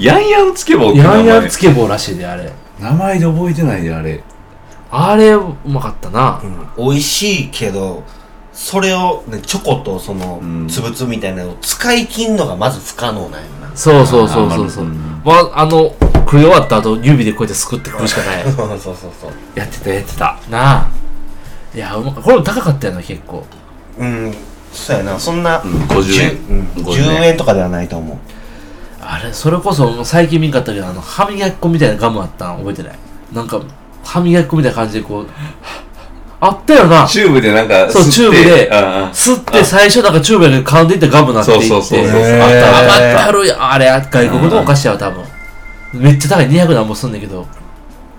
[SPEAKER 3] ヤンヤンつけ棒って名
[SPEAKER 1] ヤ
[SPEAKER 3] 前
[SPEAKER 1] ンヤンつけ棒らしいで、あれ。
[SPEAKER 3] 名前で覚えてないであれ
[SPEAKER 1] あれ、うまかったな
[SPEAKER 2] う。ん、美味しいけどそれを、ね、チョコとその
[SPEAKER 3] うん
[SPEAKER 2] つぶつぶみたいなのを使い切んのがまず不可能なんやな
[SPEAKER 1] そうそうそうそうそう。
[SPEAKER 3] あー
[SPEAKER 1] まあ、あの、食い終わった後、指でこうやってすくって食うしかない。
[SPEAKER 2] そうそうそう
[SPEAKER 1] やってた、やってた。なあ。いや、うまこれも高かったよな、結構。
[SPEAKER 2] うんそうやなそんな、
[SPEAKER 3] うん50円
[SPEAKER 2] 10うん
[SPEAKER 3] 50
[SPEAKER 2] 10円とかではないと思う
[SPEAKER 1] あれ、それこそ、もう最近見んかったけど、あの、歯磨き粉みたいなガムあったの覚えてないなんか、歯磨き粉みたいな感じでこう、あったよな。
[SPEAKER 3] チューブでなんか吸って
[SPEAKER 1] そうチューブで
[SPEAKER 3] ああ
[SPEAKER 1] 吸って最初なんかチューブで噛んでいってガムなっていって。
[SPEAKER 3] そうそうそうそう
[SPEAKER 1] へー
[SPEAKER 2] あったあった
[SPEAKER 1] あったあるやんあれ、外国のお菓子やわ、多分。めっちゃ高い、200何もすんねんけど。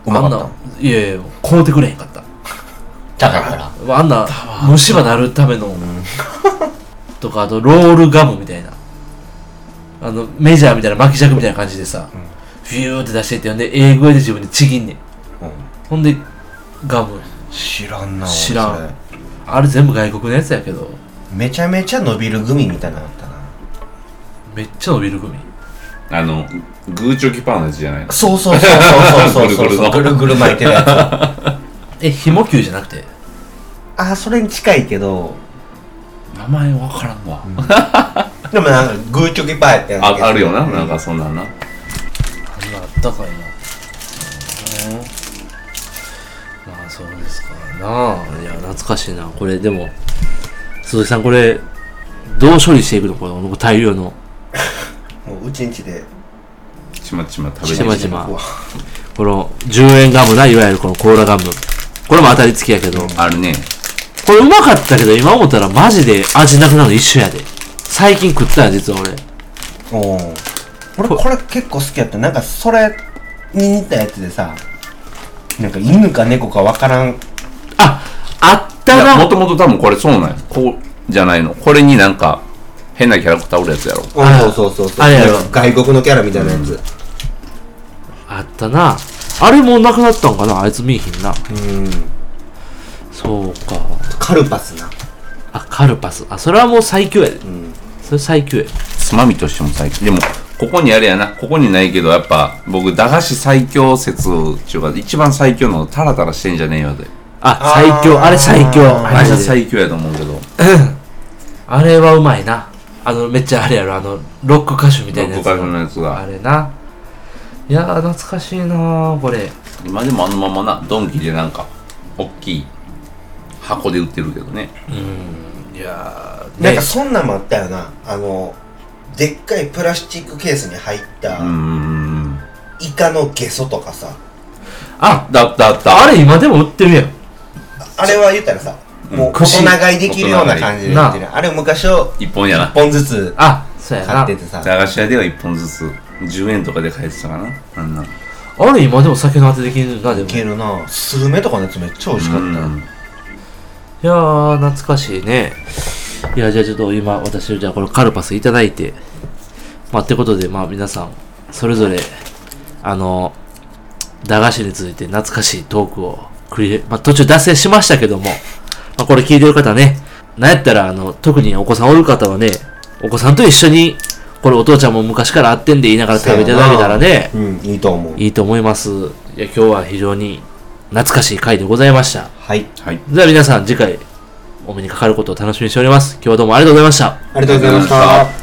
[SPEAKER 2] うまかった
[SPEAKER 1] あんないやいや、買うてくれへんかった。
[SPEAKER 2] だから
[SPEAKER 1] あんな虫歯なるための、とかあとロールガムみたいなあのメジャーみたいな巻き尺みたいな感じでさ、フィューって出してって呼んで英語で自分でちぎんねんほんでガム
[SPEAKER 2] 知らんな俺
[SPEAKER 1] 知らん
[SPEAKER 2] それ
[SPEAKER 1] あれ全部外国のやつやけど
[SPEAKER 2] めちゃめちゃ伸びるグミみたいなのあったな
[SPEAKER 1] めっちゃ伸びる組
[SPEAKER 3] あのグーチョキパンのやつじゃないの
[SPEAKER 2] そうそうそうそうそうそうそう ぐ
[SPEAKER 3] ぐる
[SPEAKER 2] る
[SPEAKER 3] ぐ
[SPEAKER 2] ぐる巻いてるやつ あ
[SPEAKER 1] えひも球じゃなくて
[SPEAKER 2] ーそれに近いけど
[SPEAKER 1] 名前わからんわ、
[SPEAKER 2] でもなんかグーチョキパーやったや
[SPEAKER 3] あ
[SPEAKER 2] ん
[SPEAKER 3] あるよななんかそんなんな
[SPEAKER 1] あんなあったかいな、まあそうですからないや懐かしいなこれでも鈴木さんこれどう処理していくのこの大量の
[SPEAKER 2] もううちんちで
[SPEAKER 3] ちまちま食べ
[SPEAKER 1] ち
[SPEAKER 3] て
[SPEAKER 1] ま
[SPEAKER 3] る
[SPEAKER 1] ちま
[SPEAKER 2] うわ
[SPEAKER 1] この10円ガムないわゆるこのコーラガムこれも当たり付きやけど、こ
[SPEAKER 3] あるね
[SPEAKER 1] れうまかったけど今思ったらマジで味なくなるの一緒やで最近食ったよ実は俺
[SPEAKER 2] おー俺これ結構好きやったなんかそれに似たやつでさなんか犬か猫かわからん
[SPEAKER 1] ああっ
[SPEAKER 3] い
[SPEAKER 1] た
[SPEAKER 3] や
[SPEAKER 1] な
[SPEAKER 3] もともと多分これそうなんやこうじゃないのこれになんか変なキャラクターおるやつやろ
[SPEAKER 1] あ
[SPEAKER 2] そうそうそうそう
[SPEAKER 1] あれやろ
[SPEAKER 2] なんか外国のキャラみたいなやつ
[SPEAKER 1] あったなあれもうなくなったんかなあいつ見えひんな
[SPEAKER 2] うん
[SPEAKER 1] そうか
[SPEAKER 2] カルパスな
[SPEAKER 1] あ、カルパス。あ、それはもう最強やで。
[SPEAKER 2] うん
[SPEAKER 1] それ最強や。
[SPEAKER 3] つまみとしても最強でもここにあれやなここにないけどやっぱ僕駄菓子最強説っていうか一番最強のタラタラしてんじゃねえよで
[SPEAKER 1] あ、
[SPEAKER 2] あー
[SPEAKER 1] 最強。あれ最強。
[SPEAKER 2] あ
[SPEAKER 3] あれが
[SPEAKER 1] マジで
[SPEAKER 3] 最強やと思うけど
[SPEAKER 1] あれはうまいな。あの、めっちゃあれやろ。あの、ロック歌手みたいなやつ。
[SPEAKER 3] 僕からのやつ
[SPEAKER 1] あ
[SPEAKER 3] が
[SPEAKER 1] れな。いやー、懐かしいなー、これ。
[SPEAKER 3] 今でもあのままなドンキでなんか大きい箱で売ってるけどね
[SPEAKER 1] いやー、
[SPEAKER 2] なん
[SPEAKER 1] ね
[SPEAKER 2] か、そんなんもあったよなあのでっかいプラスチックケースに入った
[SPEAKER 3] うんうんうん
[SPEAKER 2] イカのゲソとかさ
[SPEAKER 1] あ、
[SPEAKER 3] だったあった
[SPEAKER 1] あれ今でも売ってるやん。
[SPEAKER 2] あれは言ったらさ
[SPEAKER 3] うん
[SPEAKER 2] もう大人買いできるような感じでやってるあれ昔を
[SPEAKER 3] 一本やな
[SPEAKER 2] 1本ずつ
[SPEAKER 1] あ、そうや
[SPEAKER 2] 買
[SPEAKER 1] な
[SPEAKER 2] って。てさ
[SPEAKER 3] 駄菓子屋では一本ずつ10円とかで買えてたかなあんな
[SPEAKER 1] あれ今でも酒の当てできるな、でも。
[SPEAKER 2] け
[SPEAKER 1] い
[SPEAKER 2] るなスルメとかのやつめっちゃ美味しかった
[SPEAKER 3] うん
[SPEAKER 1] やー、懐かしいね。いや、じゃあちょっと今、私、じゃあこのカルパスいただいて。まあ、ってことで、まあ皆さん、それぞれ、あの、駄菓子について懐かしいトークを繰り、まあ途中脱線しましたけども、まあこれ聞いてる方ね、なんやったら、あの、特にお子さんおる方はね、お子さんと一緒に、これお父ちゃんも昔から会ってんで言いながら食べていただけたらね、
[SPEAKER 2] うんいいと思う
[SPEAKER 1] いいと思います。いや、今日は非常に懐かしい回でございました。
[SPEAKER 2] はい
[SPEAKER 3] はい
[SPEAKER 1] では皆さん次回お目にかかることを楽しみにしております。今日はどうもありがとうございました。
[SPEAKER 2] ありがとうございました